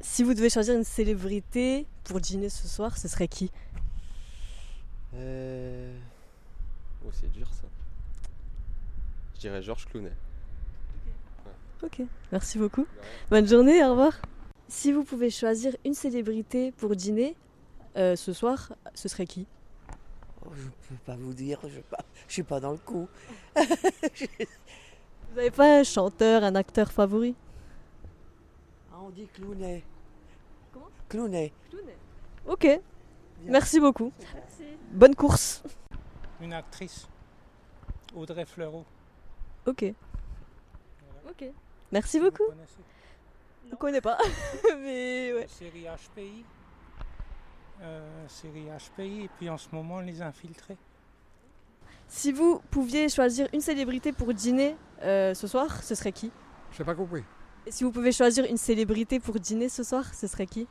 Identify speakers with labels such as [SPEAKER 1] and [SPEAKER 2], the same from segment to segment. [SPEAKER 1] Si vous devez choisir une célébrité pour dîner ce soir, ce serait qui
[SPEAKER 2] Euh... Oh, c'est dur ça. Je dirais Georges Clooney.
[SPEAKER 1] Ok, merci beaucoup. Bonne journée, au revoir. Si vous pouvez choisir une célébrité pour dîner euh, ce soir, ce serait qui
[SPEAKER 3] Oh, Je peux pas vous dire, je ne suis pas dans le coup.
[SPEAKER 1] Vous n'avez pas un chanteur, un acteur favori
[SPEAKER 3] Ah, on dit Clounet.
[SPEAKER 1] Comment
[SPEAKER 3] Clounet.
[SPEAKER 1] Ok, merci beaucoup. Bonne course.
[SPEAKER 4] Une actrice, Audrey Fleurot.
[SPEAKER 1] Ok.
[SPEAKER 4] Voilà.
[SPEAKER 1] Ok. Merci
[SPEAKER 4] Vous
[SPEAKER 1] beaucoup.
[SPEAKER 4] connaissez
[SPEAKER 1] On connaît pas, mais ouais.
[SPEAKER 4] Série HPI. Euh, série HPI, et puis en ce moment, les infiltrés.
[SPEAKER 1] Si vous pouviez choisir une célébrité pour dîner euh, ce soir, ce serait qui
[SPEAKER 5] Je n'ai pas compris.
[SPEAKER 1] Et si vous pouvez choisir une célébrité pour dîner ce soir, ce serait qui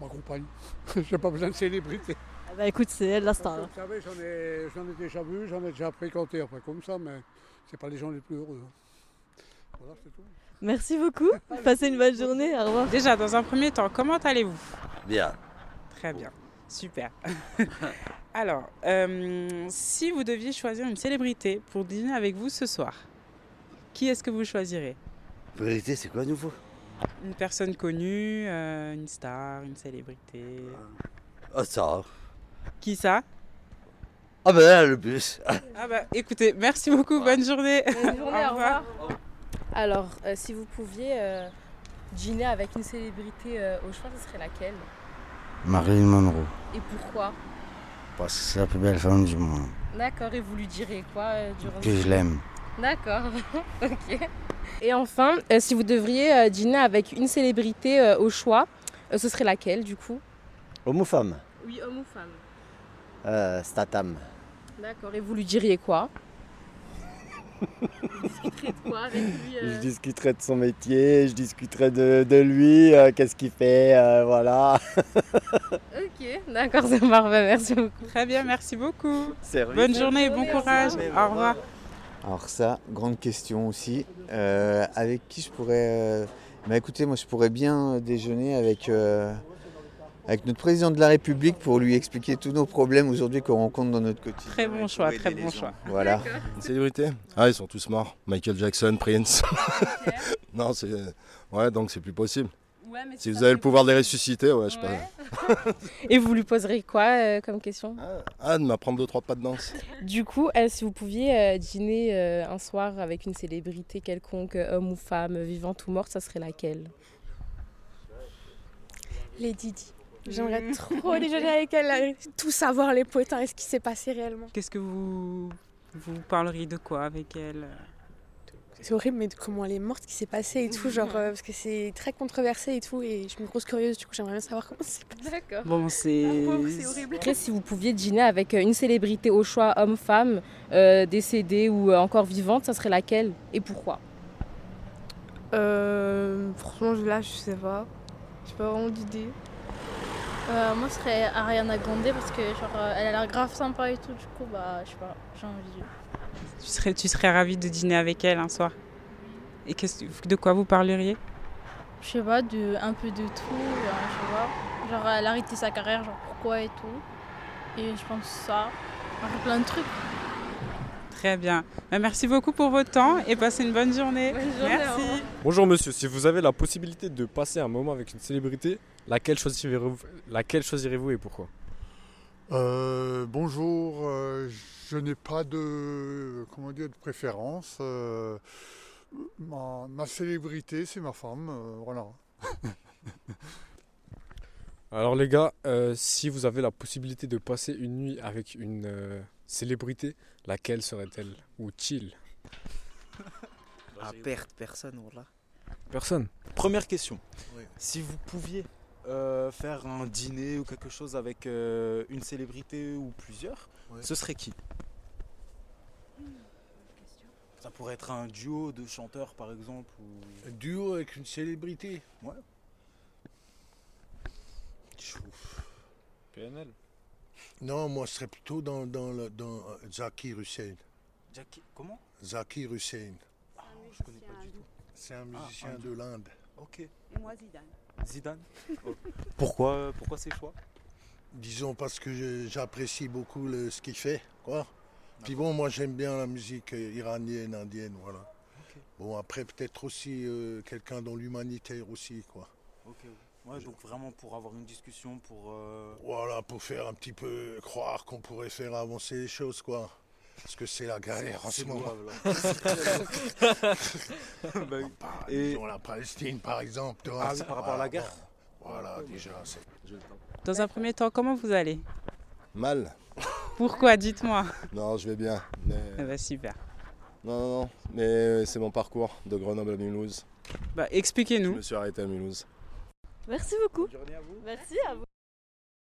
[SPEAKER 5] Ma compagne. J'ai pas besoin de célébrité.
[SPEAKER 1] ah Bah écoute, c'est elle la star. hein.
[SPEAKER 5] Vous savez, j'en ai, j'en ai déjà vu, j'en ai déjà fréquenté, enfin comme ça, mais c'est pas les gens les plus heureux. hein. Voilà, c'est tout.
[SPEAKER 1] Merci beaucoup. Passez une bonne journée. Au revoir.
[SPEAKER 6] Déjà, dans un premier temps, comment allez-vous
[SPEAKER 7] Bien.
[SPEAKER 6] Très bien. Super. Alors, euh, si vous deviez choisir une célébrité pour dîner avec vous ce soir, qui est-ce que vous choisirez
[SPEAKER 7] Vérité, c'est quoi nouveau
[SPEAKER 6] Une personne connue, euh, une star, une célébrité
[SPEAKER 7] Ah ça.
[SPEAKER 6] Qui ça
[SPEAKER 7] Ah ben là, le bus.
[SPEAKER 6] Ah bah écoutez, merci beaucoup, bonne journée.
[SPEAKER 8] Bonne journée,
[SPEAKER 6] Au
[SPEAKER 8] au
[SPEAKER 6] revoir.
[SPEAKER 8] revoir. Alors, euh, si vous pouviez euh, dîner avec une célébrité euh, au choix, ce serait laquelle
[SPEAKER 9] Marilyn Monroe,
[SPEAKER 8] Et pourquoi
[SPEAKER 9] parce que Bah, c'est la plus belle femme du monde.
[SPEAKER 8] D'accord, et vous lui direz quoi euh, durant
[SPEAKER 9] Que je l'aime.
[SPEAKER 8] D'accord, ok. Et enfin, euh, si vous devriez euh, dîner avec une célébrité euh, au choix, euh, ce serait laquelle du coup
[SPEAKER 7] Homme ou femme
[SPEAKER 8] Oui, homme ou femme.
[SPEAKER 7] euh, Statam.
[SPEAKER 8] D'accord, et vous lui diriez quoi Vous discuterez de quoi avec lui euh,
[SPEAKER 7] Je discuterai de son métier, je discuterai de, de lui, euh, qu'est-ce qu'il fait, euh, voilà.
[SPEAKER 8] Ok, d'accord, c'est parfait, merci beaucoup.
[SPEAKER 6] Très bien, merci beaucoup.
[SPEAKER 7] Service.
[SPEAKER 6] Bonne journée et bon courage. Au revoir.
[SPEAKER 10] Alors ça, grande question aussi. Euh, avec qui je pourrais... euh, Bah écoutez, moi je pourrais bien déjeuner avec, euh, avec notre président de la République pour lui expliquer tous nos problèmes aujourd'hui qu'on rencontre dans notre quotidien.
[SPEAKER 6] Très bon
[SPEAKER 10] et
[SPEAKER 6] choix,
[SPEAKER 10] pour aider
[SPEAKER 6] très
[SPEAKER 10] les
[SPEAKER 6] bon
[SPEAKER 10] gens.
[SPEAKER 6] choix.
[SPEAKER 10] Voilà.
[SPEAKER 7] Une célébrité Ah, ils sont tous morts. Michael Jackson, Prince. non, c'est. Ouais, donc c'est plus possible.
[SPEAKER 8] Ouais, mais
[SPEAKER 7] Si vous avez le pouvoir de les ressusciter, ouais, je sais
[SPEAKER 8] Ouais. Et vous lui poserez quoi euh, comme question
[SPEAKER 7] pas. Ah, de m'apprendre deux, trois pas de danse.
[SPEAKER 8] Du coup, euh, si vous pouviez euh, dîner euh, un soir avec une célébrité quelconque, euh, homme ou femme, euh, vivante ou morte, ça serait laquelle
[SPEAKER 11] Les Didi. J'aimerais trop déjeuner avec elle, là, tout savoir les potins et ce qui s'est passé réellement.
[SPEAKER 6] Qu'est-ce que vous vous parleriez de quoi avec elle
[SPEAKER 11] C'est horrible, mais de comment elle est morte, ce qui s'est passé et tout, genre, euh, parce que c'est très controversé et tout, et je suis une grosse curieuse, du coup, j'aimerais bien savoir comment c'est passé.
[SPEAKER 8] D'accord.
[SPEAKER 6] Bon, c'est
[SPEAKER 8] Après, si vous pouviez dîner avec euh, une célébrité au choix homme-femme, euh, décédée ou euh, encore vivante, ça serait laquelle et pourquoi
[SPEAKER 11] Euh, franchement, là, je sais pas. J'ai pas vraiment d'idée.
[SPEAKER 8] Euh, Moi, ce serait Ariana Grande parce que genre, euh, elle a l'air grave sympa et tout, du coup, bah, je sais pas, j'ai envie de.
[SPEAKER 6] Tu serais, tu serais ravie de dîner avec elle un soir. Et qu'est-ce, de quoi vous parleriez
[SPEAKER 8] je sais pas, de, un peu de tout, genre, je sais pas. Genre, elle a arrêté sa carrière, genre pourquoi et tout. Et je pense ça, genre plein de trucs.
[SPEAKER 6] Très bien. Ben, Merci beaucoup pour votre temps et passez une bonne journée.
[SPEAKER 8] Bonne journée, au
[SPEAKER 6] Merci.
[SPEAKER 8] revoir.
[SPEAKER 2] Bonjour monsieur, si vous avez la possibilité de passer un moment avec une célébrité, laquelle choisirez-vous, laquelle choisirez-vous et pourquoi
[SPEAKER 5] Euh, bonjour, euh, je n'ai pas de, comment dire, de préférence. Euh, ma, ma célébrité, c'est ma femme, euh, voilà.
[SPEAKER 2] Alors les gars, euh, si vous avez la possibilité de passer une nuit avec une euh, célébrité, laquelle serait-elle Ou chill
[SPEAKER 9] À perte, Ah, personne, voilà.
[SPEAKER 2] Personne.
[SPEAKER 12] Bah, Première question.
[SPEAKER 9] Ouais.
[SPEAKER 12] Si vous pouviez euh, faire un dîner ou quelque chose avec euh, une célébrité ou plusieurs,
[SPEAKER 9] Ouais.
[SPEAKER 12] ce serait qui Ça pourrait être un duo de chanteurs par exemple ou...
[SPEAKER 9] Duo avec une célébrité.
[SPEAKER 12] PNL
[SPEAKER 9] Non, moi, je serais plutôt dans, dans, le, dans euh, Zakir Hussein.
[SPEAKER 12] Jackie, comment
[SPEAKER 9] Zakir Hussein,
[SPEAKER 12] Ah, Je connais pas du tout.
[SPEAKER 9] c'est un
[SPEAKER 12] Ah,
[SPEAKER 9] musicien
[SPEAKER 12] un
[SPEAKER 9] de l'Inde.
[SPEAKER 12] Ok.
[SPEAKER 11] Moi, Zidane.
[SPEAKER 3] Zidane Pourquoi, pourquoi ces choix
[SPEAKER 8] Disons parce que je- j'apprécie beaucoup le- ce qu'il fait, quoi. Puis bon, moi j'aime bien la musique euh, iranienne, indienne, voilà. Bon, après peut-être aussi euh, quelqu'un dans l'humanitaire aussi, quoi.
[SPEAKER 3] Ok, ouais, donc vraiment pour avoir une discussion, pour... euh,
[SPEAKER 8] Voilà, pour faire un petit peu croire qu'on pourrait faire avancer les choses, quoi. Parce que c'est la galère en
[SPEAKER 3] C'est
[SPEAKER 8] ce moment.
[SPEAKER 3] louable, hein. Bah oui.
[SPEAKER 8] Et... Disons la Palestine, par exemple. tu vois.
[SPEAKER 3] Ah oui, par rapport à la guerre
[SPEAKER 8] Voilà, voilà, déjà, c'est...
[SPEAKER 6] Dans un premier temps, comment vous allez
[SPEAKER 7] Mal.
[SPEAKER 6] Pourquoi Dites-moi.
[SPEAKER 7] Non, je vais bien. Mais...
[SPEAKER 6] Eh ben, super.
[SPEAKER 7] Non, non, non. Mais euh, c'est mon parcours de Grenoble à Mulhouse.
[SPEAKER 6] Bah, expliquez-nous.
[SPEAKER 7] Je me suis arrêté à Mulhouse.
[SPEAKER 1] Merci beaucoup. Merci à vous.